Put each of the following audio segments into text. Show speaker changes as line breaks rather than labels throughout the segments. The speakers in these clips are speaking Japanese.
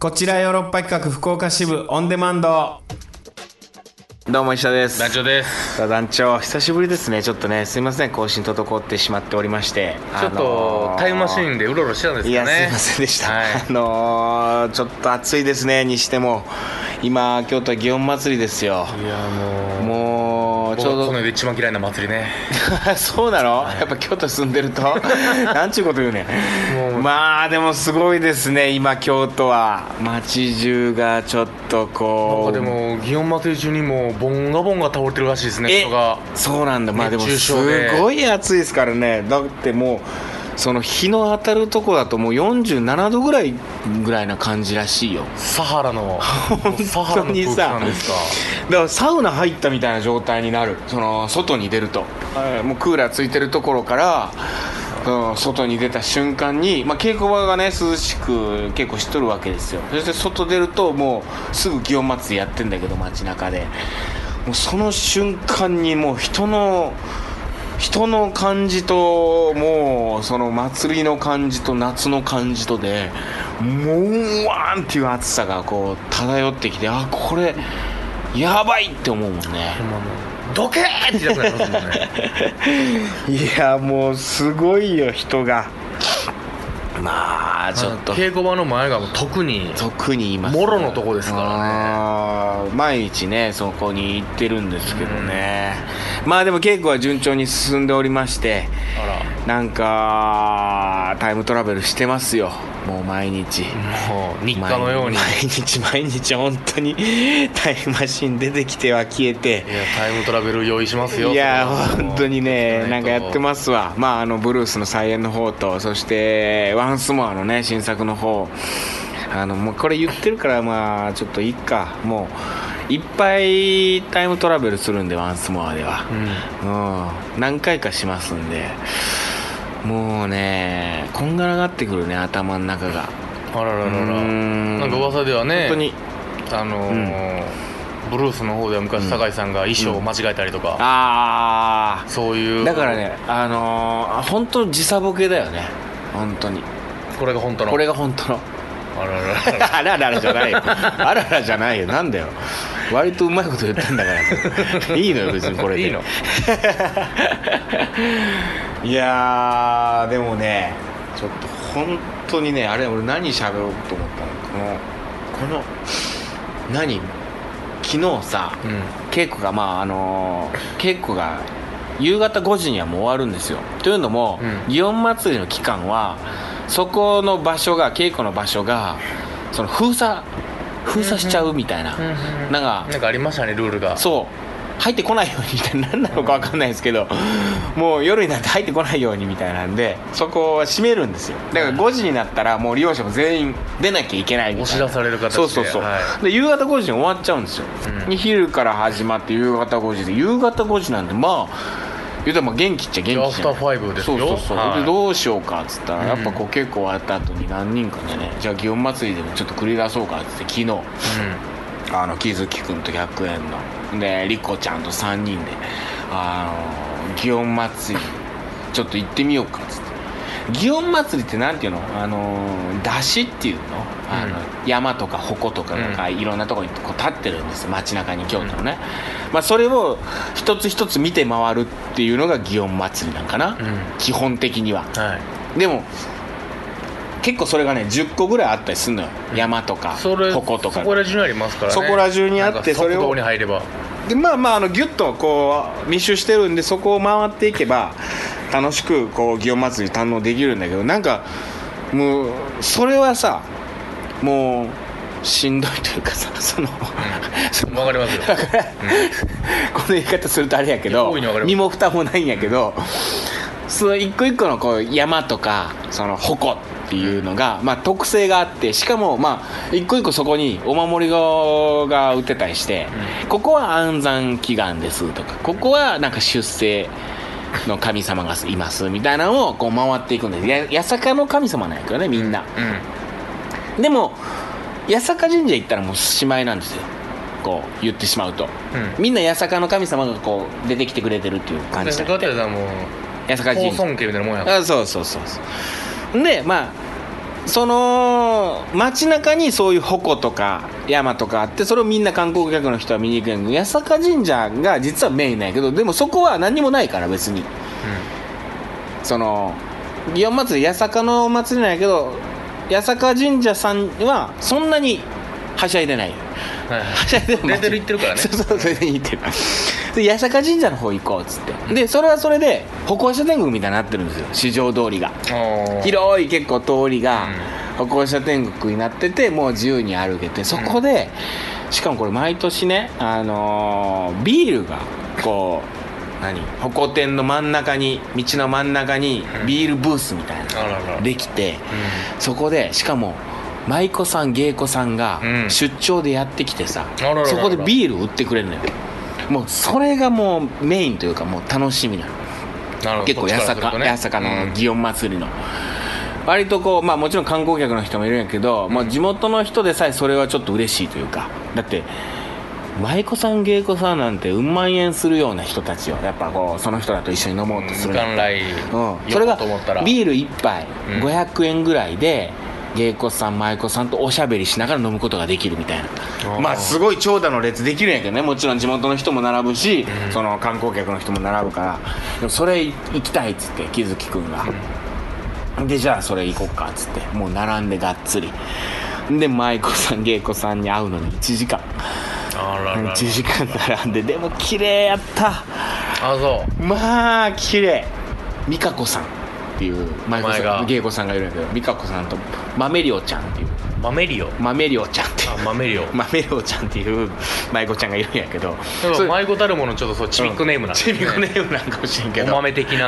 こちらヨーロッパ企画福岡支部オンデマンドどうも石田です
団長です
さあ団長久しぶりですねちょっとねすいません更新滞ってしまっておりまして
ちょっと、タイムマシーンでうろうろしてたんです
い
よ
や、
ね
すいませんでした、
はい
あのーちょっと暑いですねにしても今京都は祇園祭りですよ
いやもうも
もう
う
ちょうど
この世で一番嫌いな祭りね
そうなの、やっぱ京都住んでるとなんちゅうこと言うね
も
ん
う
まあでもすごいですね今京都は街中がちょっと
なん
こ
か
う
でも祇園祭り中にもうボンガボンが倒れてるらしいですね
え
人が
そうなんだまあでも
熱中
す
症で
ごい暑いですからねだってもうその日の当たるとこだともう47度ぐらいぐらいな感じらしいよ
サハラのもうサハラの
本当に
空
さ
気なんですか
だからサウナ入ったみたいな状態になるその外に出ると、もうクーラーついてるところからその外に出た瞬間に、まあ、稽古場がね涼しく結構しとるわけですよそして外出るともうすぐ祇園祭やってんだけど街中でもうその瞬間にもう人の人の感じともうその祭りの感じと夏の感じとでもうわーんっていう暑さがこう漂ってきてあこれやばいって思うもんね
もうあのドケーって言いたくなりますもんね
いやもうすごいよ人がまあちょっと
稽古場の前がもう特に
特に今
もろのとこですからね
らね毎日ねそこに行ってるんですけどね、まあでも稽古は順調に進んでおりまして
あ
なんかタイムトラベルしてますよもう毎日
らもう日課のようにいや
毎日毎日本当にタイムマシン出てきては消えて
タイムトラベル用意しますよ
いや
それはもう
本当にね
気をつけ
ないん
と
かやってますわまああのブルースの再演の方とそしてワンスモアのね新作の方あのもうこれ言ってるからまあちょっといっかもういっぱいタイムトラベルするんでワンスモアでは
う、ん
うん、何回かしますんでもうねこんがらがってくるね頭の中が
あらららら
うーん
なんか噂ではね
本当に
あのーブルースの方では昔酒井さんが衣装を間違えたりとか、
ああ
そういう
だからねあのー、本当時差ボケだよね本当に
これが本当の
これが本当の
あららら
あらら
ら
らじゃないよあららじゃないよなんだよ割とうまいこと言ったんだからいいのよ別にこれで
いいの
いやーでもねちょっと本当にねあれ俺何喋ろうと思ったのこのこの何昨日さ
うん
稽古がまああのー稽古が夕方5時にはもう終わるんですよというのも、
うん
祇園祭りの期間はそこの場所が稽古の場所がその封鎖封鎖しちゃうみたいな、なんか
なんかありましたねルールが
そう入ってこないようにみたいな何なのか分かんないですけどもう夜になって入ってこないようにみたいなんでそこは閉めるんですよだから5時になったらもう利用者も全員出なきゃいけないみたいな
押し出される形で
そうそうそう、
はい
で夕方5時に終わっちゃうんですよ、
うん
で昼から始まって夕方5時で夕方5時なんでまあ言うたらまあ元気っちゃ元気じゃない
アフターファイブですよ
そうそうそう、
はい
でどうしようかっつったら
うん
やっぱこう稽古終わった後に何人かでね、じゃあ祇園祭りでもちょっと繰り出そうかっつって昨日あの木月君と100円ので莉子ちゃんと3人であの祇園祭りちょっと行ってみようかっつって祇園祭りってなんていうのあの出汁っていうの,、あの山とか鉾とかなんかいろんなとこにこう立ってるんですよ街中に京都のね、まあ、それを一つ一つ見て回るっていうのが祇園祭りなんかな、
うん、うん
基本的には
はい、
でも結構それがね10個ぐらいあったりするのよ、
うん
山とか
それ
鉾とか
そこら中にありますからね
そこら中にあって
なんか
それを
側道に入れば
でまあまああのギュッとこう密集してるんでそこを回っていけば楽しくこう祇園祭り堪能できるんだけどなんかもうそれはさもうしんどいというかさそのその
わかりますよ
この言い方するとあれやけど
大いにわかります
身も蓋もないんやけどその一個一個のこう山とかその鉾っていうのが、まあ、特性があってしかもまあ一個一個そこにお守りが売ってたりして、ここは安産祈願ですとかここはなんか出世の神様がいますみたいなのをこう回っていくんですや八坂の神様なんやけどね みんな、
うん、
でも八坂神社行ったらもうしまいなんですよこう言ってしまうと。
うん
みんな八坂の神様がこう出てきてくれてるっていう感
で
じ
そ
だ
こだったらもう
八坂神
高
社
尊敬みたいなもんやから
あそうそうそうそうんでまあその街中にそういう鉾とか山とかあってそれをみんな観光客の人は見に行くんやけど八坂神社が実はメインなんやけどでもそこは何にもないから別に、その祇園祭り八坂のお祭りなんやけど八坂神社さんはそんなにはしゃいでない
はいはい
はしゃいでもない
レベルいってるからね
そうそうそれでいいってで八坂神社の方行こうっつってでそれはそれで歩行者天国みたいになってるんですよ市場通りが
おー
広い結構通りが歩行者天国になっててもう自由に歩けてそこでしかもこれ毎年ねあのービールがこう何歩行天の真ん中に道の真ん中に
うん
ビールブースみたい
あら
な
ら
のできてそこでしかも舞妓さん芸妓さんが
うん
出張でやってきてさ
あらららら
そこでビール売ってくれるのよもうそれがもうメインというかもう楽しみなの
なるほど
結構八坂,、八坂の祇園祭りの、割とこう、まあ、もちろん観光客の人もいるんやけど、まあ、地元の人でさえそれはちょっと嬉しいというかだって舞妓さん芸妓さんなんてうん万円するような人たちをやっぱこうその人らと一緒に飲もうとする
無観来
うん、それが
と思ったら
ビール1杯
うん
500円ぐらいで芸妓さん舞妓さんとおしゃべりしながら飲むことができるみたいな
ー
まあすごい長蛇の列できるんやけどねもちろん地元の人も並ぶし、その観光客の人も並ぶからでもそれ行きたいっつって木月君が、でじゃあそれ行こっかっつってもう並んでがっつりで舞妓さん芸妓さんに会うのに1時間
あららら
1時間並んででも綺麗やった
あそ
まあ綺麗美香子さんっていう前子
前
さ
が
ん芸子さんがいるんだけど美香子さんと豆りょうちゃんっていう
う豆リオ
豆りょうちゃんってい
あ
う
豆リオ
豆りょうちゃんっていう舞子ちゃんがいるんやけど
でも
それ
迷子たるものちょっとそうチビックネームなんです
チ
ね
ビコネームなんかもしれんけ
お
ど
豆的な
い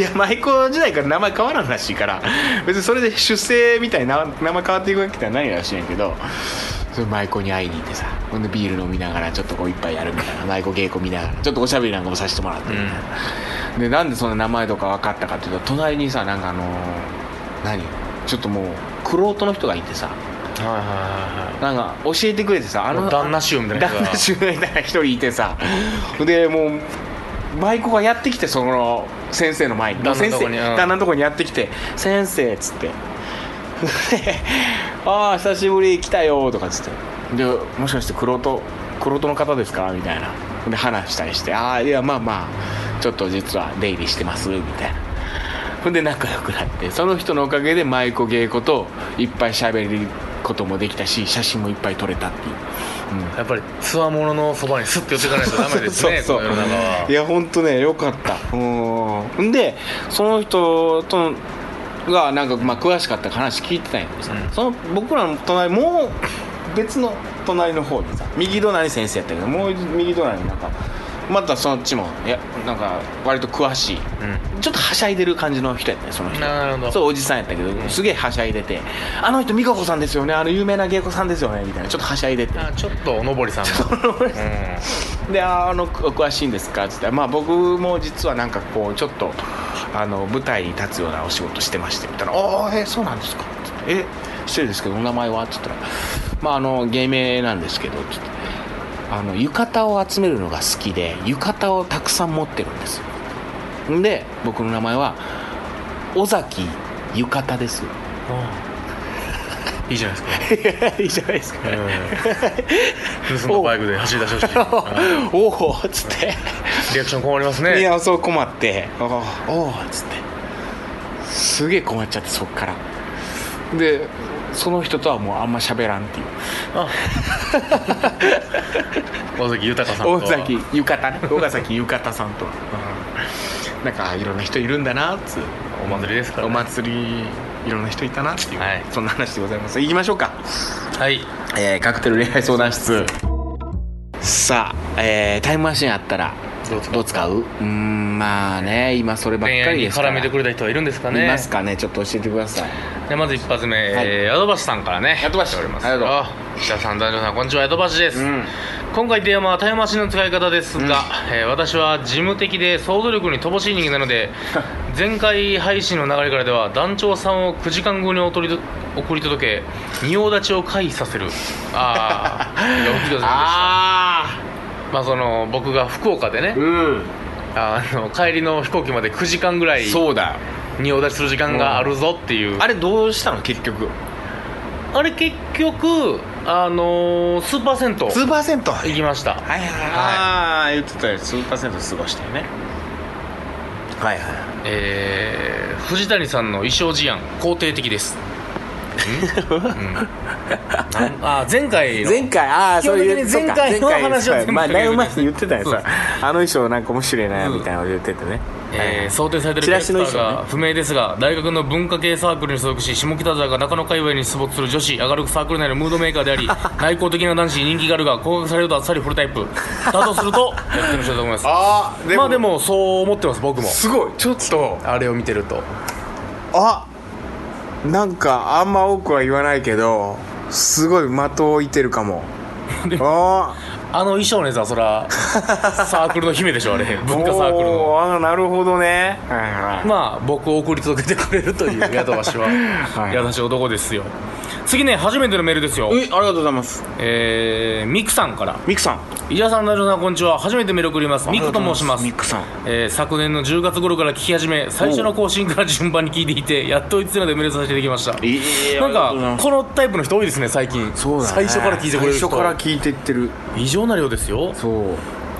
や舞妓時代から名前変わらんらしいから別にそれで出世みたいにな名前変わっていくわけではないらしいんやけどそれ舞妓に会いに行ってさほんでビール飲みながらちょっとこう一杯やるみたいな舞妓稽古見ながらちょっとおしゃべりなんかもさせてもらって、
うん
でなんでそんな名前とか分かったかっていうと隣にさなんかあのー何ちょっともう玄人の人がいてさ
はいはいはいはい
なんか教えてくれてさあの
旦那衆みたいな人が
旦那衆みたいな一人いてさでもう舞妓がやってきてその先生の前に
旦那の
先
とこ
生
にうん
旦那のとこにやってきて「先生」っつって 「ああ久しぶり来たよ」とかっつってで「もしかして黒人黒人の方ですか?」みたいなで話したりして「ああいやまあまあちょっと実は出入りしてます」みたいな。ほんで仲良くなってその人のおかげで舞妓芸妓といっぱい喋ることもできたし写真もいっぱい撮れたっていう、うん、
やっぱりつわもののそばにスッて寄っていかないとダメですね
そう
こ
そう
の世の中はい
や本当ねよかったうんでその人とがなんか、まあ、詳しかったから話聞いてたんやけどさ、
うん
その僕らの隣もう別の隣の方にさ右隣先生やったけどもう右隣になんかまたそっちもいやなんか割と詳しいちょっとはしゃいでる感じの人やったねその
うん
人
なるほど
そうおじさんやったけど、すげえはしゃいでて「あの人美香子さんですよねあの有名な芸妓さんですよね」みたいなちょっとはしゃいでて
あちょっとおのぼりさんもうん
で「あーあのお詳しいんですか?」っつって「まあ僕も実はなんかこうちょっとあの舞台に立つようなお仕事してまして」みたいな「ああえーそうなんですか」っつって「え失礼ですけどお名前は?」っつったら「まああの芸名なんですけど」っつって「あの浴衣を集めるのが好きで浴衣をたくさん持ってるんですよ」んで僕の名前は尾崎浴衣です
いいじゃないですか
いいじゃないですか、
うん盗んだバイクで走り出してほしいうん
おおっつって
リアクション困ります
い
ね
やそう困って「おお」っつってすげえ困っちゃってそっからでその人とはもうあんま喋らんっていう
尾崎豊さんと
大崎浴衣ね大崎浴衣さんとはうんなんかいろんな人いるんだなっつう
お祭りですから
お
ね
祭りいろんな人いたなっていう、
はい
そんな話でございます行きましょうか
はい
えーカクテル恋愛相談室さあ、えータイムマシンあったら
どう使う
どう使ううーんまあね今そればっ
恋
か
愛
り
に
ですから
絡めてくれた人はいるんですか
い
ね
ますかねちょっと教えてください
でまず一発目、えーヤドバシさんからね
ヤドバシ
来ております
ありがとう
あ北さん男女さんこんにちはヤドバシです、
うん
今回テーマはタイムマシンの使い方ですが、えー私は事務的で想像力に乏しい人間な ので前回配信の流れからでは団長さんを9時間後におとりど送り届け仁王立ちを回避させるああ いやお疲れ様でした
あ
まあその僕が福岡で
あ、
ね
うん
あの帰りの飛行機まで9時間ぐらい
そうだ
にお出しする時間があるぞっていう
あれどうしたの結局
あれ結局あのースーパー銭湯
スーパーセントはい
行きました
はいはいああ言ってたよスーパーセント過ごしたよねはいは
えー藤谷さんの衣装事案肯定的ですんうんなんあ前回
い
の
前回ああそれ言ってた
基本的に前回の話を全部
まあだいぶ前に言ってたよ
そう
さあの衣装なんか面白いなみたいなこと言っててね、
えー想定されてる
チ
キャ
ラ
ラク
シ
タ
の衣装ね
ーが不明ですが大学の文化系サークルに所属し下北沢が中野界隈に出没する女子明るくサークル内のムードメーカーで あり内向的な男子に人気があるが高額されるとあっさり振るタイ プだとするとやってみたいと思います
ああ
まあでもそう思ってます僕も
すごいちょっと
あれを見てると
あなんかあんま多くは言わないけどすごい的を置いてるかもああ
あの衣装のやつは そらサークルの姫でしょあれ文化サークルの
おあーなるほどねはいはいはい
まあ僕を送り届けてくれるという宿橋は、
はい
優しい男ですよ次ね初めてのメールですよ
えありがとうございます
えー、ミクさんから
ミクさん
伊沢さん、大丈さん、こんにちは。初めてメールを送ります。ミクと申します
ミ。クさん
えー昨年の10月頃から聞き始め、最初の更新から順番に聞いていて、やっといつのでメールさせていただきました。
いえ
なんか、このタイプの人多いですね、最近。最初から聞いてくれる人。
最初から聞いてってる
異常な量ですよ。
そう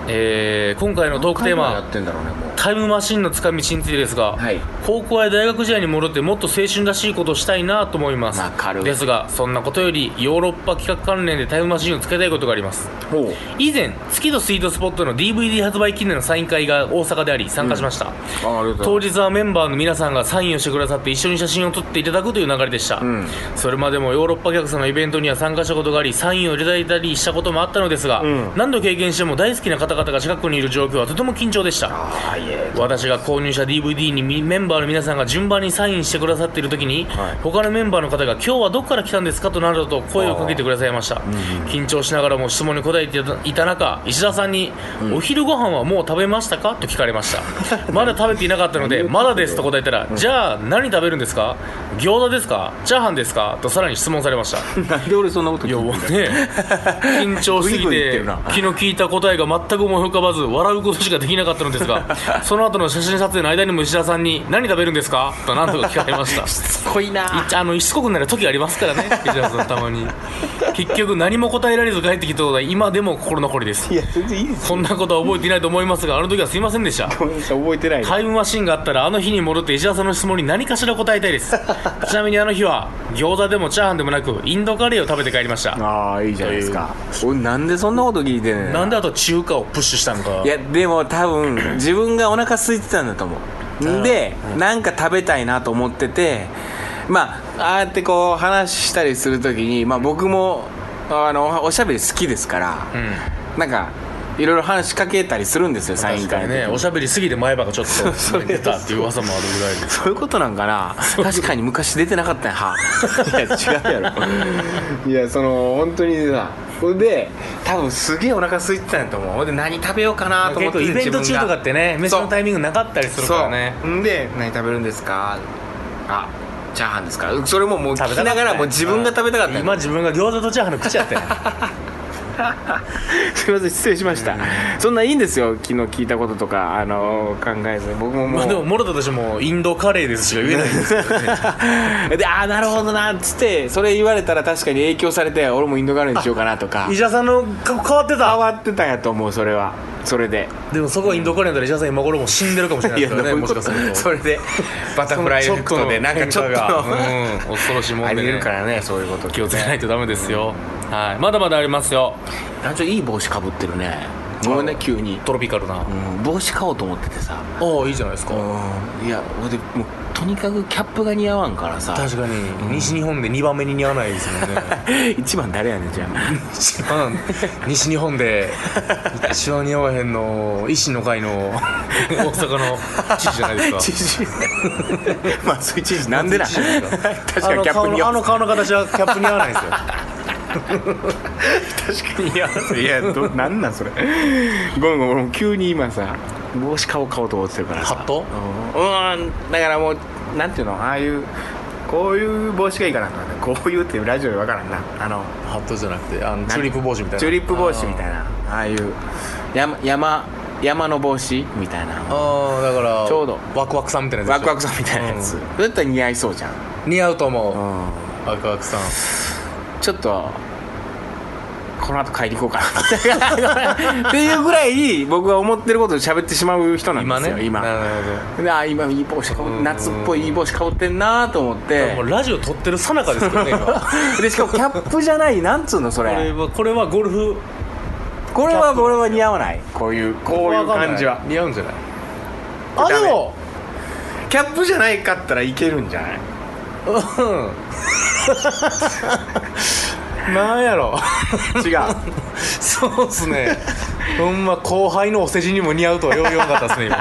えー今回のトークテー
やっ
マ、
てんだろうねもう
タイムマシンの使い道についてですが、
はい
高校や大学時代に戻ってもっと青春らしいことをしたいなと思います
わかる
ですがそんなことよりヨーロッパ企画関連でタイムマシンをつけたいことがあります
ほう
以前月とスイートスポットの DVD 発売記念のサイン会が大阪であり参加しました、
あありがと
当
う
日はメンバーの皆さんがサインをしてくださって一緒に写真を撮っていただくという流れでした、
ん
それまでもヨーロッパ客さんのイベントには参加したことがありサインを入れたりしたこともあったのですが、
ん
何度経験しても大好きな方々が近くにいる状況はとても緊張でした
ああいえ
私が購入した DVD にみメンバーの皆さんが順番にサインしてくださっている時に、
はい
他のメンバーの方が今日はどこから来たんですかとなどと声をかけてくださいました、緊張しながらも質問に答えていたいた中石田さんに、お昼ご飯はもう食べましたかと聞かれましたまだ食べていなかったのでまだですと答えたら、じゃあ何食べるんですか餃子ですかチャーハンですかとさらに質問されました
なんで俺そんなこと
いやもうね緊張しすぎ
グイグイ言って
て
るな
気の利いた答えが全く思い浮かばず笑うことしかできなかったのですが その後の写真撮影の間にも石田さんに「何食べるんですか?」と何度か聞かれました
すごいない
あのしつこくなる時ありますからね石田さんたまに結局何も答えられず帰ってきたことが今でも心残りです
や全然いいです
そんなことは覚えていないと思いますがあの時はすいませんでした
ごめんなさい覚えてない
タイムマシンがあったらあの日に戻って石田さんの質問に何かしら答えたいです ちなみにあの日は餃子でもチャーハンでもなくインドカレーを食べて帰りました
ああいいじゃないですか俺なんでそんなこと聞いてんねん
なんであと中華をプッシュしたのか
いやでも多 分自分がお腹空いてたんだと思うで、なんか食べたいなと思っててまあああやってこう話したりするときに、まあ、僕もあのおしゃべり好きですから、
う
なんかいろいろ話しかけたりするんですよサイン会
確か
の
に
時
ねおしゃべりすぎて前歯が ちょっと出たっていう噂もあるぐらいで
そういうことなんかな確かに昔出てなかったんや歯いや違うや ろいやその本当にさほんで多分すげえお腹空いてたんやと思うほんで何食べようかなと思
結
って
構イベント中とかってね飯
そう
のタイミングなかったりするからね
そうで何食べるんですかあチャーハンですかそれももう聞
食べ
き
たか
な
った
が
よ
らもう自分が食べたかったよ
今自分が餃子とチャーハンの口や ったよ
すみません失礼しましたそんないいんですよ昨日聞いたこととかあの考えず僕もも
まあでも
う
もろたとしてもインドカレーですしか言え ないですけどね
でああなるほどなっつってそれ言われたら確かに影響されて俺もインドカレーにしようかなとか
石田さんの顔変わって
変
た
わってたんやと思うそれはそれで
でもそこはインドカレーだったら石田さん今頃もう死んでるかもしれないですからね
どう
もしかすると
それでバタフライエフェクトでなんかちょっと
変化が
の
うん恐ろしいもん
あ
で
りえ
ね
るからねそういうこと
気をつけないとダメですよはいまだまだありますよ
団長いい帽子かぶってるねごめんね急に、
トロピカルなあ
うん、帽子買おうと思っててさ
あいいじゃないですか
いや俺もうとにかくキャップが似合わんからさ
確かに西日本で2番目に似合わないです もんね
一番誰やねんじゃあ
一番西日本で一番似合わへんの維新の会の 大阪の知事じゃないですか
知事 まあそういう知事なんでな
知事じゃな い
確
です
か
あ
に
の
キャッ
顔
プ似
の
合
あ
わ
の顔の形はキャップ似合わないですよ
確かに似合わせいやどなんなんそれごめんごめん俺も急に今さ帽子買おう買おうと思ってるからさ
ハット
うんうんだからもうなんていうのああいうこういう帽子がいいかなこういうってラジオでわからんなあの
ハットじゃなくてあのチューリップ帽子みたいな
チューリップ帽子みたい
な
なああいう山山
山の帽子みたいな
ああだから
ちょうど
ワクワクさんみたいなや
ワ
つ
クワクさんみたいなやつ、だったら似合いそうじゃん、
ん似合うと思う、
うん、
ワクワクさん
ちょっとこの後帰り行こうかな っていうぐらい僕が思ってることで喋ってしまう人なんで
今
すよ
ね
今
なるほど
であ今いい帽子かぶ
うん
夏っぽいいい帽子かぶってんなと思っ
だから
て
もうラジオ撮ってる最中ですけどね 今
でしかもキャップじゃないなんつうのそ
これ
れ
はこれはゴルフ
これはこれは似合わないこういうこういう
わかんない
感じは
似合うんじゃない
あ
あでも
キャップじゃないかったらいけるんじゃない
うん なんやろ
違う
そうっすねほんま後輩のお世辞にも似合うとはよう言わんかったっすね今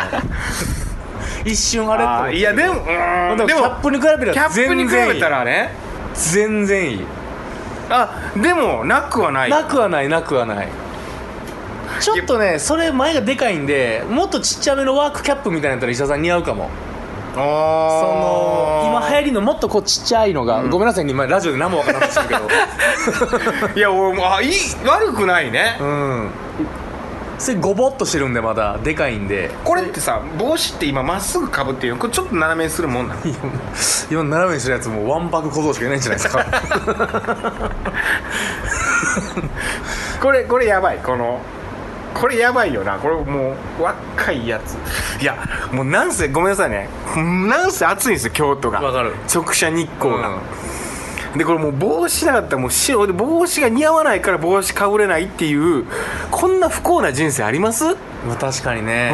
一瞬あれ
あ ーいやでもうーん
でも
で
キャッ
も
プに比べたら
キャップに比べた
ら
らね
全然いい
あでもなくはない
なくはないなくはないちょっとねそれ前がでかいんでもっとちっちゃめのワークキャップみたいなやったら石田さん似合うかも
そ
その今流行
り
りのもっとこうちっちゃいのが、
うん
ごめんなさいね今ラジオで何も 分からなくてるけど
いや俺もあいい悪くないね
うんそれゴボっとしてるんでまだでかいんで
これってさ帽子って今まっすぐかぶってるよこれちょっと斜めにする もんなの
今斜めにするやつもうわんぱく小僧しかいないんじゃないですか
これこれやばいこのこれやばいよなこれもう若いやついやもうなんせごめんなさいねなんせ暑いんですよ京都が
わかる
直射日光
うん
が、でこれもう帽子なかったらもう白で帽子が似合わないから帽子かぶれないっていうこんな不幸な人生ありますうん
まあ確かにね、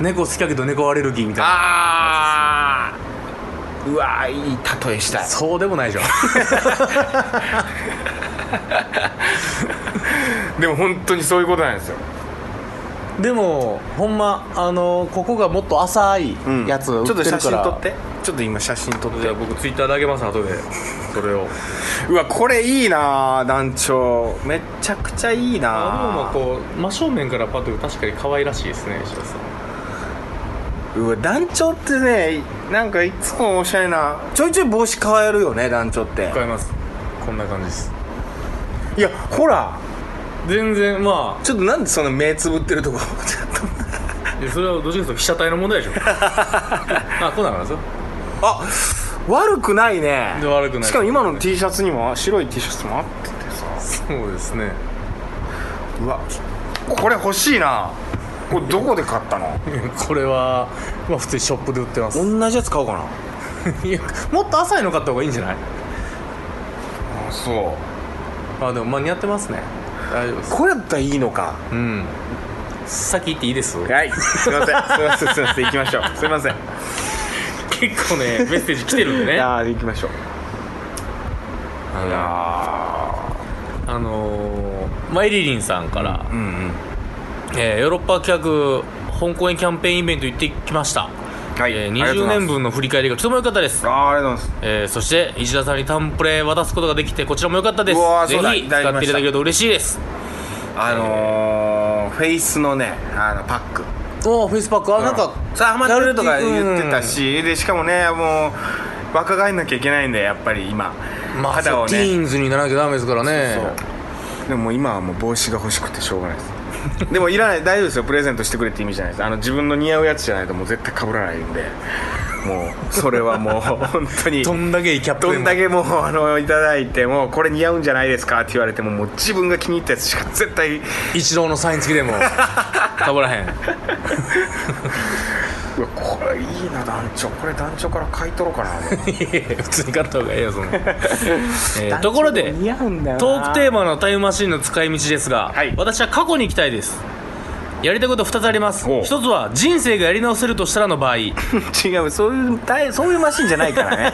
猫好きだけど猫アレルギーみたいな
あーうわーいい例えしたい
そうでもないじゃん
でも本当にそういうことなんですよ
でもほんまあのここがもっと浅いやつ売ってるから、
ちょっと写真撮ってちょっと今写真撮って
じゃあ僕ツイッターであげます後でそれを
うわこれいいなあ団長めちゃくちゃいいな
あでもまあこう真正面からパッと見ると確かに可愛らしいですね石田さん
うわ団長ってねなんかいつもおしゃれなちょいちょい帽子変えるよね団長って
買いますこんな感じです
いやほら
全然ま
ちょっとなんでそんな目つぶってるとこちょっと
あいやそれはどっちかというと被写体の問題でし ょあこうなからですよ
あ悪くないね
で悪くない
しかも今の T シャツにも白い T シャツもあっててさ
そうですね
うわこれ欲しいなこれどこで買ったの
これはまあ普通にショップで売ってます
同じやつ買おうかない
やもっと浅いの買った方がいいんじゃない
あそう
あでも間に合ってますね大丈夫です
これやったらいいのか
うん先行っていいです
はいすいません すいませんすいません行きましょうすいません
結構ねメッセージ来てるん でね
ああ行きましょう
あ
い
の
や
あのーマイリリンさんから、
ーうんうん
えーヨーロッパ企画香港へキャンペーンイベント行ってきました、
はい
えー
ありがとうご
20
ざいます
年分の振り返りがとても良かったです
あ、あありがとうござい
えーそして石田さんにタンプレ渡すことができてこちらも良かったで
うわー
すぜ
そうだ
ひ使っていただけると嬉しいです
ますあのー、フェイスのねあのパック
おおフェイスパックあなんか
さあハマってるとか言ってたしでしかもねもう若返んなきゃいけないんでやっぱり今、
まあ、
肌を
ティ
ね
ーンズにならなきゃダメですからね
そうでももう今はもう帽子が欲しくてしょうがないですで もいらない大丈夫ですよプレゼントしてくれって意味じゃないですあの自分の似合うやつじゃないともう絶対被らないんでもうそれはもう本当 に
どんだけいいキャップ
ど
で
ん
も
だけもうあのいただいてもこれ似合うんじゃないですかって言われてももう自分が気に入ったやつしか絶対
一郎のサイン付 きでもかぶらへん
うわこれいいな団長これ団長から買い取ろうかな
普通に買った方がいいよその、 えーところで
合うんだよ
トークテーマのタイムマシンの使い道ですが、
はい
私は過去に行きたいですやりたいこと2つあります
ほう
1つは人生がやり直せるとしたらの場合
違うそういう大そういうマシンじゃないからね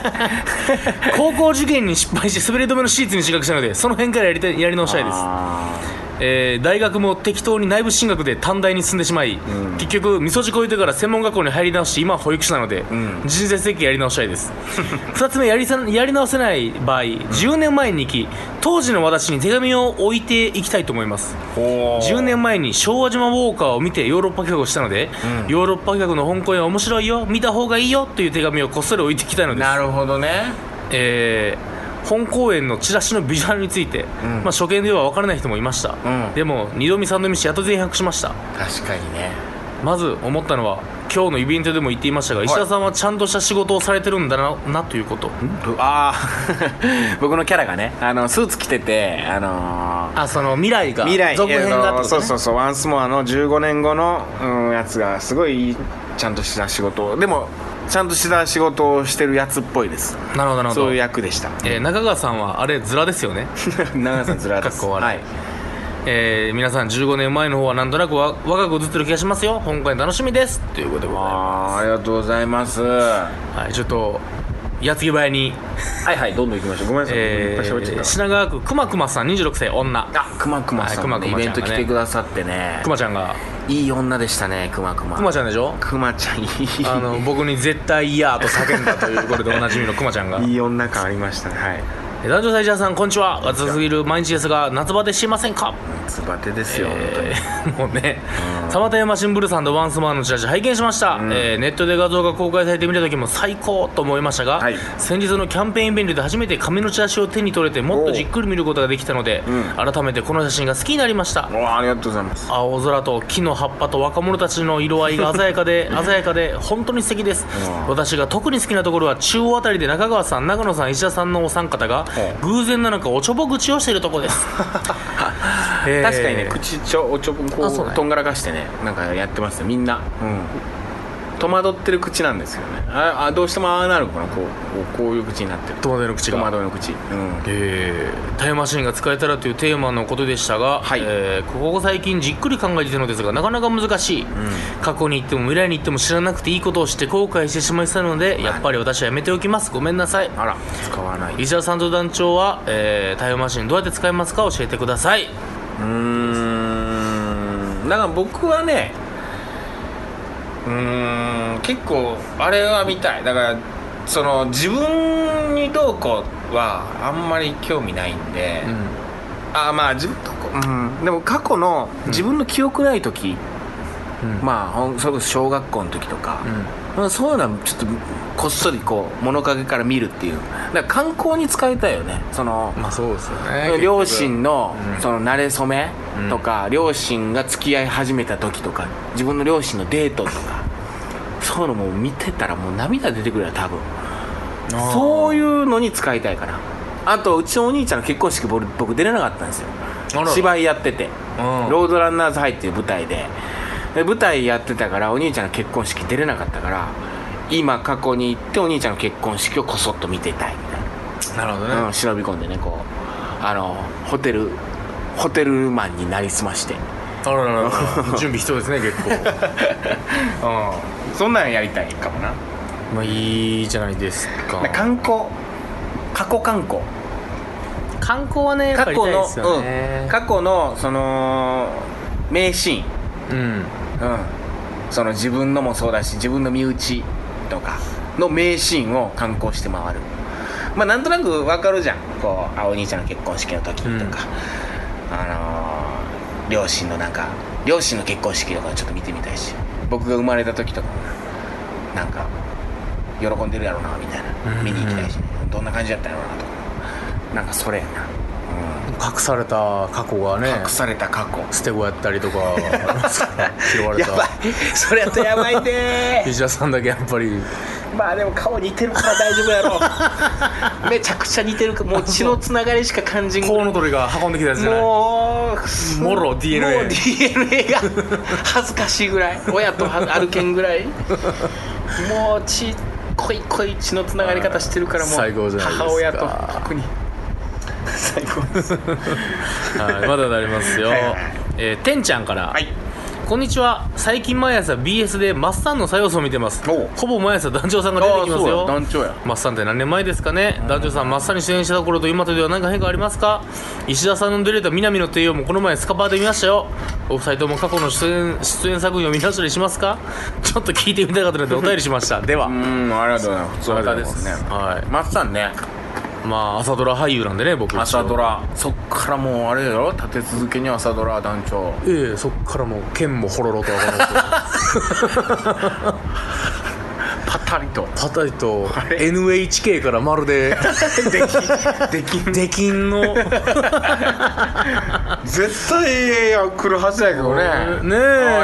高校受験に失敗して滑り止めのシーツに進学したのでその辺からやりたいやり直したいです、
あ
えー大学も適当に内部進学で短大に進んでしまい、
ん
結局味噌汁超えてから専門学校に入り直して今は保育士なので、
ん
人生設計やり直したいです 2つ目やりさやり直せない場合10年前に行き当時の私に手紙を置いていきたいと思います
ー おー
10年前に昭和島ウォーカーを見てヨーロッパ企画をしたので、
うん
ヨーロッパ企画の香港へは面白いよ見た方がいいよという手紙をこっそり置いてきたのです
なるほどね
えー本公演のチラシのビジュアルについて、
うん
まあ、初見では分からない人もいました、
うん
でも2度見3度見しやっと全白しました
確かにね
まず思ったのは今日のイベントでも言っていましたが、
い
石田さんはちゃんとした仕事をされてるんだななということ
ああ 僕のキャラがねあのスーツ着ててあのー
あその未来が
未来
続編がってこと、ね
えーとそうそうそうワンスモアの15年後の、うん、やつがすごいいいちゃんとした仕事をでもちゃんとした仕事をしてるやつっぽいです
なるほどなるほ
そう
ど
いう役でした
えー中川さんはあれズラです よね、
長さんずらです
かっこ悪い
は
えー皆さん15年前の方はなんとなくわ若く映ってる気がしますよ本編楽しみですということでございま
あーありがとうございますは
す、はい、ちょっと矢継ぎ早に、
いはいどんどん行きましょうごめんなさい、
え
いっぱい喋って
ー、
た
品川区くまくまさん26歳女
あくまくまさん、
はいくまくまちゃんがね
イベント来てくださってね
くまちゃんが
いい女でしたねくまくま
くまちゃんでしょ
くまちゃんいい
あ の僕に絶対嫌と叫んだということでおなじみのくまちゃんが
いい女感ありましたねはい
えー男女最者さんこんにちは暑すぎる毎日ですが夏バテしませんか、
夏バテですよ、
えー もうねサマタヤマシンブルさんとワンスマンのチラシ拝見しました、えーネットで画像が公開されて見た時も最高と思いましたが、
はい
先日のキャンペーンイベントで初めて紙のチラシを手に取れてもっとじっくり見ることができたので、
う
改めてこの写真が好きになりました
本当におーありがとうございます
青空と木の葉っぱと若者たちの色合いが鮮やかで鮮やかで本当に素敵です
うん
私が特に好きなところは中央あたりで中川さん長野さん石田さんのお三方が偶然なのかおちょぼ口をしているとこです えー
確かにね口ちょおちょこ
あそう
う
ね
とんがらかしてねなんかやってますねみんな、うん、戸惑ってる口なんですよねああどうしてもああなるのかなこうこうこういう口になってる
戸惑いの口
戸
が
惑いの口、うん、
えータイムマシンが使えたらというテーマのことでしたが、
はい
えーここ最近じっくり考えていたのですがなかなか難しい、過去に行っても未来に行っても知らなくていいことをして後悔してしまいそうなのでやっぱり私はやめておきますごめんなさい
あら使わない
石田さんと団長は、えータイムマシンどうやって使いますか教えてくださいう
ーんだから僕はねうーん結構あれは見たいだからその自分にどうこうはあんまり興味ないんで、あまあ自分とこうんでも過去の自分の記憶ない時、
ま
まあほんそれこそ小学校の時とか
あ、
まあそういうのはちょっとこっそりこう物陰から見るっていうだから観光に使いたいよねその、
まあそうですよ
両親の
うん
その馴れ初めとか、両親が付き合い始めた時とか自分の両親のデートとかそういうのもう見てたらもう涙出てくるよ多分そう
い
いうのに使いたいかなあとうちのお兄ちゃんの結婚式僕僕出れなかったんですよ
う
芝居やってて
うん
ロードランナーズハイっていう舞台でで舞台やってたからお兄ちゃんの結婚式出れなかったから今過去に行ってお兄ちゃんの結婚式をこそっと見てたいみたいな
なるほどね、
うん、忍び込んでねこうあのホテルホテルマンになりすまして
あらららら準備必要ですね結 構
うんそんなんやりたいかもな
まあいいじゃないですか
観光過去観光
観光はねやっぱ
過
り行
去
きたい
の
ですよね、
うん、過去のその名シ
うん
ーン、うん、その自分のもそうだし自分の身内とかの名シーンを観光して回るまあなんとなくわかるじゃんこうあお兄ちゃんの結婚式の時とか、
うん
あのー両親のなんか両親の結婚式とかちょっと見てみたいし僕が生まれた時とかもななんか喜んでるやろうなみたい
うんう
なん見に行きたいし、ねどんな感じだったやろうなとかなんかそれやな、
隠された過去がね
うん、隠された過去
捨て子やったりとかありますから拾われ
やば
た
いそれやとやばいね
石田さんだけやっぱり
まあでも顔似てるから大丈夫や ろめちゃくちゃ似てるからもう血のつながりしか感じん
コウノトリが運んできたやつじゃない
もう
もろ DNA
もう DNA が 恥ずかしいぐらい親とは歩けんぐらいもう血濃い濃い血のつながり方してるからもう
最高じゃないですか
母親と特に最高です
はい、まだなりますよ
はいはい、
えー、てんちゃんから、
はい
こんにちは最近毎朝 BS でマッサンの再放送を見てます
おう
ほぼ毎朝団長さんが出てきますよ
長や
マッサンって何年前ですかね団長さんマッサンに出演した頃と今とでは何か変化ありますか石田さんの出れた南の帝王もこの前スカパーで見ましたよお二人とも過去の出演出演作品を見直したりしますかちょっと聞いてみたかったのでお便りしましたでは
うんありがとうございます
またですねはい
松さんね
まあ朝ドラ俳優なんでね僕
朝ドラそっからもうあれだろ立て続けに朝ドラ団長
ええそっからもう剣もほろろと上がる
パッたり と
パタリと NHK からま るで
できでき
出禁のね
絶対来るはずやけどね
え
あ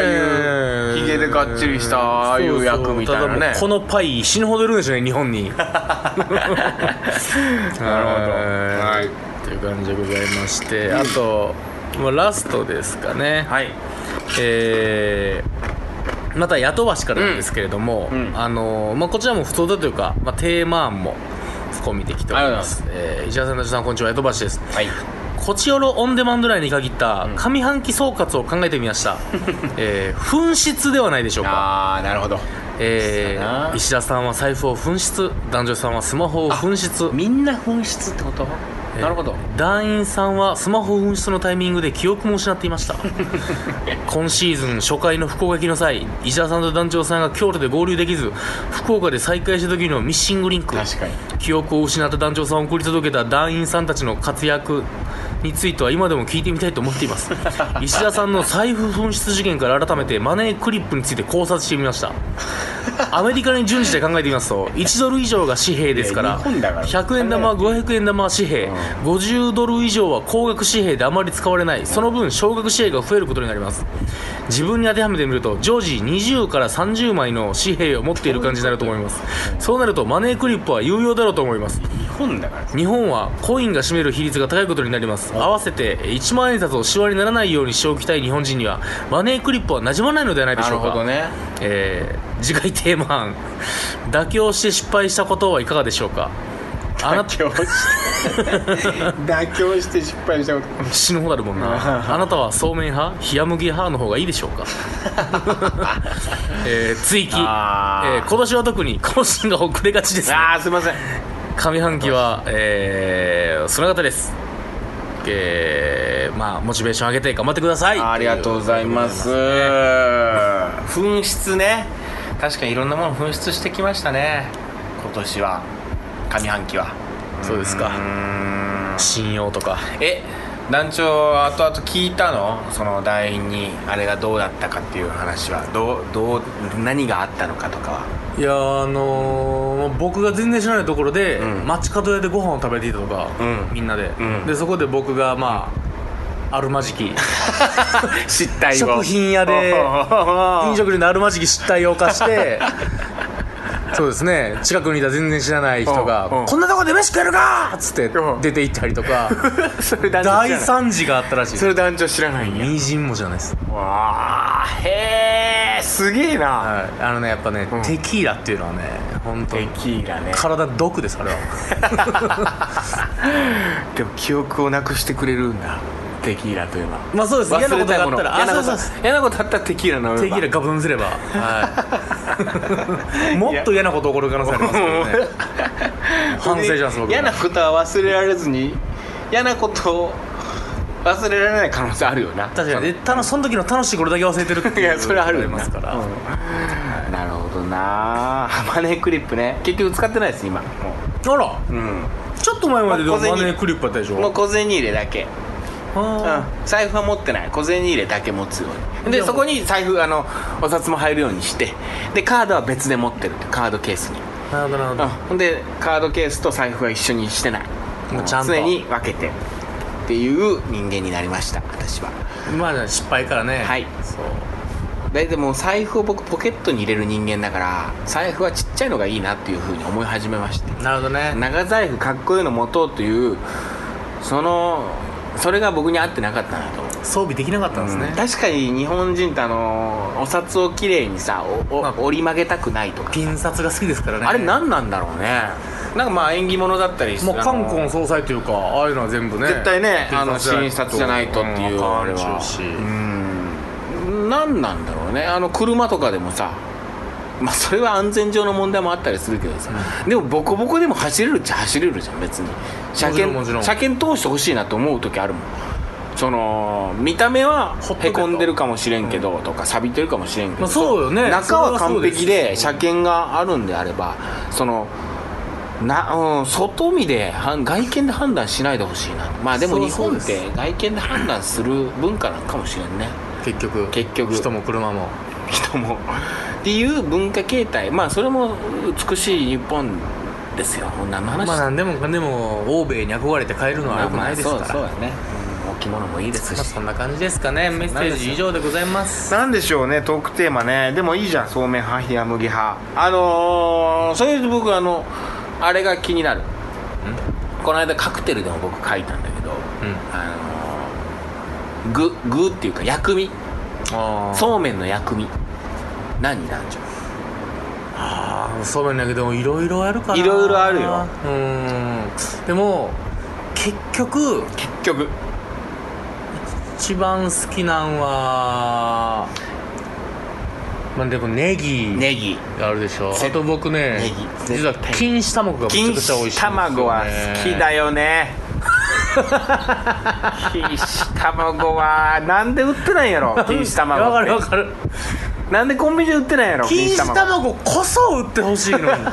あいうヒゲでがっちりしたああいう役みたいなね
そうそうただもうこのパイ死ぬほどいるんでしょうね日本 に なるほ
なるほどはい
という感じでございまして、あと、まあ、ラストですかね、
はい
えーまたヤトバシからなんですけれども、
うんうん
あのーまあ、こちらも不当だというか、まあ、テーマ案も込みできておりますえー石田さん、田さんこんにちはヤトバシです
はい
こちよろオンデマンド内に限った上半期総括を考えてみ ました、えー紛失ではないでしょうか
ああなるほど
え
そうだ
ー
な
石田さんは財布を紛失男女さんはスマホを紛失
みんな紛失ってこと
えー
なるほど
団員さんはスマホ紛失のタイミングで記憶も失っていました 今シーズン初回の福岡行きの際石田さんと団長さんが京都で合流できず福岡で再会した時のミッシングリンク
確かに
記憶を失った団長さんを送り届けた団員さんたちの活躍については今でも聞いてみたいと思っています 石田さんの財布紛失事件から改めてマネークリップについて考察してみましたアメリカに準じて考えてみますと1ドル以上が紙幣ですか
いや
ら
日本だから
100円玉500円玉は紙幣、50ドル以上は高額紙幣であまり使われないその分少額紙幣が増えることになります自分に当てはめてみると常時20から30枚の紙幣を持っている感じになると思いますそうなるとマネークリップは有用だろうと思います
日本だから
日本はコインが占める比率が高いことになります合わせて1万円札をしわにならないようにしておきたい日本人にはマネークリップは馴染まないのではないで
な
し
る
ょうか
ほどね
えー次回テーマ案妥協して失敗したことはいかがでしょうかあ な
妥協して妥協して失敗したこと
死ぬほどあるもん なあなたはそうめん派冷麦派の方がいいでしょうか えー追記、え
あー
ー今年は特に更新が遅れがちですね
ああすいません
上半期は、えー、その方ですえー、まあモチベーション上げて頑張ってください
ありがとうございます紛失ね確かにいろんなもの紛失してきましたね今年は上半期は
そうですか信用とか
え団長後々聞いたのその団員にあれがどうだったかっていう話はどうどう何があったのかとかはい
やーあのー僕が全然知らないところで、
うん
街角屋でご飯を食べていたとか、
うん
みんなで、
うん
でそこで僕がまあ、あるまじき
失態を
食品 屋で飲食店のあるまじき失態を犯してそうですね近くにいた全然知らない人が
うんうん
「こんなとこで飯食えるか!」っつって
うん
出て行ったりとか
それ団長知
大
らない
惨事があったらしい
それ団長知らないんや
みじんもじゃないです、
わあへえすげえな、
はい、あのねやっぱね、
うん
テキーラっていうのはね本当
テキーラね
体毒ですあれは
でも記憶をなくしてくれるんだテキーラというのは
まあそうです嫌なことがあったら
忘れたいもの嫌な
あ
こと
そうそうそう
嫌なことあったらテキーラ飲めば
テキーラガブ飲みすれば、 はい、もっと嫌なこと起こる可能性ありますけどね反省します僕
嫌なことは忘れられずに嫌なことを忘れられない可能性あるよな
確かにでたのその時の楽しいことだけ忘れてるっていう
いやそれはある
あ
よ
り
な
ますから、
うんなるほどなマネークリップね結局使ってないです今も
あら
ううん
ちょっと前まででも
まあ小
マ
銭
ネークリップあったでしょ
もう小銭入れだけ
あ
うん財布は持ってない小銭入れだけ持つように
で
で
も
そこに財布あのお札も入るようにしてでカードは別で持ってるカードケースに
ーなるほどなるほど
うんでカードケースと財布は一緒にしてない
もうちゃんと
常に分けてっていう人間になりました私は
まあ失敗からね
はい
そう
ででも財布を僕ポケットに入れる人間だから財布はちっちゃいのがいいなっていうふうに思い始めまして
なるほどね
長財布かっこいいの持とうというそのそれが僕に合ってなかったなと思う
装備できなかったんですね、
確かに日本人ってあのお札をきれいにさおお
まあ
折り曲げたくないとか
ピン札が好きですからね
あれ何なんだろうねなんかまあ縁起物だったり
もう
あの
冠婚葬祭というかああいうのは全部ね
絶対ねあの
ピン
新
札
札じゃないとっていう
うん
あれ
あかん
は
ちゅうし
うん何なんだろうねあの車とかでもさまあそれは安全上の問題もあったりするけどさ、でもボコボコでも走れるっちゃ走れるじゃん別に車
もちろんも
検
ちろ
車検通してほしいなと思う時あるもんその見た目は
ほっとけと
へこんでるかもしれんけどとか錆びてるかもしれんけ
ま
ど
あそうよね
中は
それはそ
完
うです
璧で車検があるんであればそのな、うん、外見ではん外見で判断しないでほしいなまあでも
そう
日本っ
そう
て外見で判断する文化なんかもしれんね
結局
結局
人も車も
人もっていう文化形態まあそれも美しい日本ですよ何の話
まあ何でもかんでも欧米に憧れて帰るのは良くないですから、
まあまあそうそうだねうん置物もいいです
まあ
し
そんな感じですかねメッセージ以上でございます
なんでしょうねトークテーマねでもいいじゃんそうめん派冷や麦派あのー、それで僕あのあれが気になるこの間カクテルでも僕書いたんだけど
うん
あのー、具具っていうか薬味
あそう
そうめんの薬味何なんじゃ
あーそうめんだけどいろいろあるから
いろいろあるよ
うんでも結局
結局
一番好きなんはまあでもネギ
ネ ギ
あるでしょ
せ
あと僕
ネ
ね
ギ
実は錦糸卵がめちゃ
錦
くちゃ美味し
糸
いんですよ、ね、
卵は好きだよね錦糸卵はなんで売ってないんや ろ錦糸
わかる
卵
わ
って
かる
なんでコンビニで売ってないんやろ
錦糸卵こそ売ってほしいの に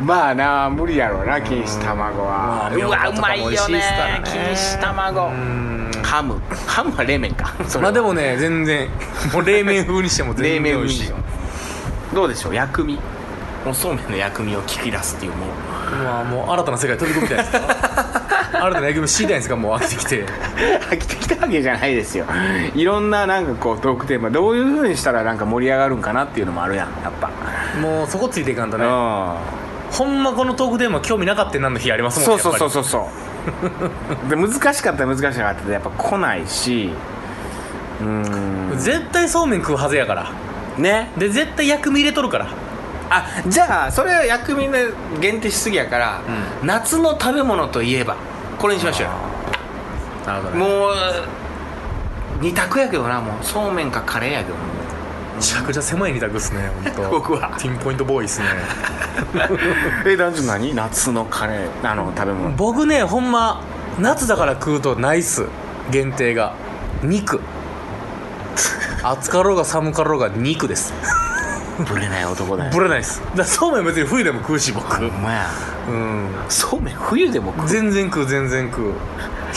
まあな無理やろうな錦糸卵は
うん
うわうまいよね
錦
錦
糸
糸卵
うん
ハムハムは冷麺 かそれは
まあでもね全然もう冷麺風にしても
冷麺
全然
美味
美味
し
し
い
い
よどうでしょう薬味もうそうめんの薬味を聞き出すっていうもう
まあもう新たな世界飛び込みたいですか新たな役目知りたいんですかもう飽きてきて
飽きてきたわけじゃないですよいろんななんかこうトークテーマどういうふうにしたらなんか盛り上がるんかなっていうのもあるやんやっぱ、
もうそこついていかんとね
う
ほんまこのトークテーマ興味なかったなんの日ありま
ん
すも
そ
ん
う
ね
そうそう
う
そうそう で難しかったら難しかったでやっぱ来ないしうー
絶対そうめん食うはずやから
んね
で絶対薬味入れとるから
あじゃあそれは薬味で限定しすぎやから、夏の食べ物といえばこれにしましょうよ
なるほどもう
もう二択やけどなもうそうめんかカレーやけどもう
めちゃくちゃ狭い二択っすね本 当
僕は
ピンポイントボーイっすね
え男女何夏のカレーあの食べ物
僕ねほんま夏だから食うとナイス限定が肉暑かろうが寒かろうが肉です
ぶれない男だよ
ぶれないですだからそうめん別に冬でも食うし僕
ほんまや
うん
そうめん冬でも食う
全然食う全然食う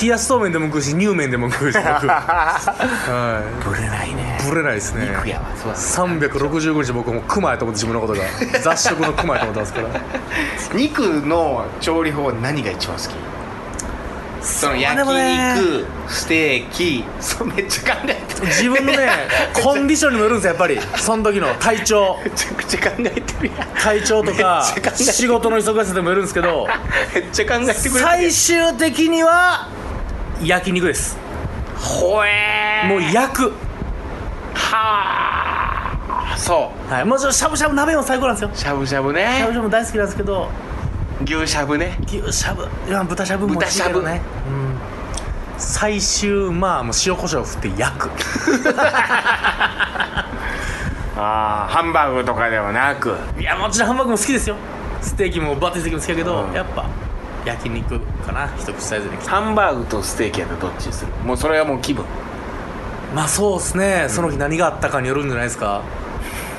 冷やしそうめんでも食うし乳麺でも食 うし僕は
ぶれないね
いぶれないですね
肉やわそうだ
365日僕もうクマやと思って自分の ことが雑食のクマやと思ってますから
肉の調理法は何が一番好きその焼
でもね
肉ステーキそうめっちゃ考えてる
自分のね コンディションにもよるんですよやっぱりその時の体調
めちゃくちゃ考えてるやん
体調とか
めっちゃ考えてる
仕事の忙しさでもよるんですけど
めっちゃ考えてくれてる
最終的には焼肉です
ほえ
もう焼く
はあそ
はいもちろんしゃぶしゃぶ鍋も最高なんですよ
うしゃぶしゃぶ
しゃぶ
ね
しゃぶも大好きなんですけど
牛しゃぶね
牛しゃぶいや豚しゃぶも美味しいけど
豚
ね
し
うん最終まあもう塩コショウ振って焼く
ああハンバーグとかではなく
いやもちろんハンバーグも好きですよステーキもバーテンステーキも好きやけど、
うん
やっぱ焼肉かな一口サイズに切って
ハンバーグとステーキやったらどっちにするもうそれはもう気分
まあそうですねその日何があったかによるんじゃないですか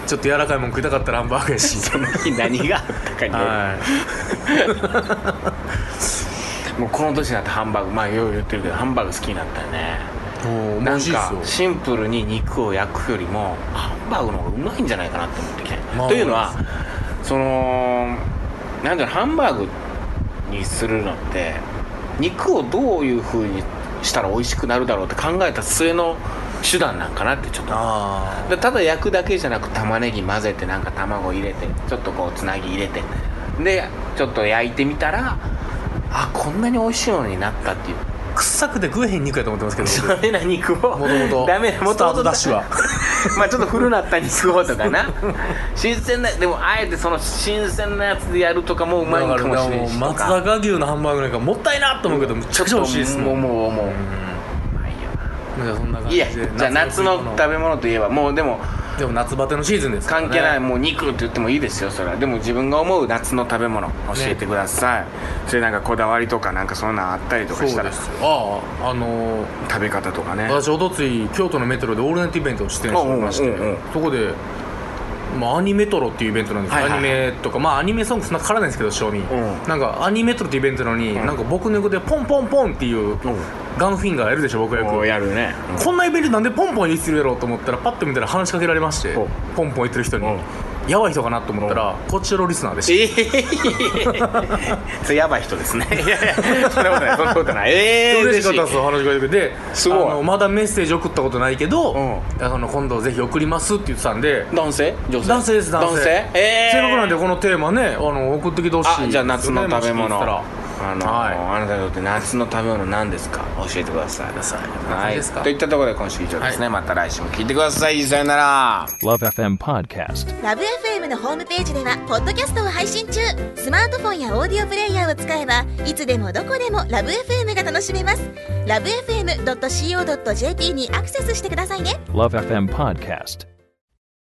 ちょっと柔らかいもん食いたかったらハンバーグやし
日 何 があったかによる
はい
もうこの年になってハンバーグまあよう言ってるけどハンバーグ好きになったよね
もう美
なん
味しいです
か
よ
シンプルに肉を焼くよりもハンバーグの方がうまいんじゃないかなって思ってきて、
まあ
というのはそのなんだろうハンバーグにするのって肉をどういう風にしたら美味しくなるだろうって考えた末の手段なんかなってちょっと
あ
でただ焼くだけじゃなく玉ねぎ混ぜてなんか卵入れてちょっとこうつなぎ入れてでちょっと焼いてみたらあこんなに美味しいものになったっていう
あ臭くて食えへん肉やと思ってますけど
ダメな肉を
もともと
ダメな
スタートダッシュは
まあちょっと古なった肉をとか な新鮮なでもあえてその新鮮なやつでやるとかもうまいんかもしれないし
だ
と
からもう松
か
坂牛のハンバーグなんかもったいなと思うけど、めちゃくちゃ美味しいです
も
も
うんもうもうもうまいよ
うんじゃあそんな感
い
じ
や
で
じゃあ夏の食べ物といえばもうでも
でも夏バテのシーズンですから、ね、
関係ない、もう肉って言ってもいいですよそれはでも自分が思う夏の食べ物教えてください、それなんかこだわりとかなんかそんなんあったりと
そ
かし
う
たら
ですよあああのー
食べ方とかね
私おとつい京都のメトロでオールナイトイベントをしてる人がいまして、
うんうんうんうん
そこで、まあ、アニメトロっていうイベントなんですけど、
はいはいはい
アニメとかまあアニメソングそんなからないんですけど賞味、
ん
なんかアニメトロっていうイベントなのに、
ん
なんか僕の横でポンポンポンってい
う
う、
ん
ガンフィンガーやるでしょ僕よ
こう
く
やるね
こんなイベントなんでポンポン言ってるやろうと思ったらパッと見たら話しかけられまして
ほう
ポンポン言ってる人に
うん
やばい人かなと思ったらこちらのリスナーでした
ええー、それやばい人ですねいやいやそんなことないそんなことないええー、
嬉しかっ
嬉
たで
し
すよ話しかけてくれて
すごい
あのまだメッセージ送ったことないけど、
う
あの今度ぜひ送りますって言ってたんで
い男性女性
男性です男性
男性ええー、
せっかくなんでこのテーマねあの送ってきてほしいですよ
あ
ね
じゃあ夏の食べ
もし聞い
物
てたら
あのー
はい
あなたにとって夏の食べ物何ですか教えてください
さあ
はいい
ですか
といったところで今週以上ですね、また来週も聞いてくださいさよなら
Love FM Podcast.
ラブ f m のホームページではポッドキャストを配信中スマートフォンやオーディオプレイヤーを使えばいつでもどこでもラブ f m が楽しめますラブ FM.co.jp にアクセスしてくださいね
Love FM Podcast.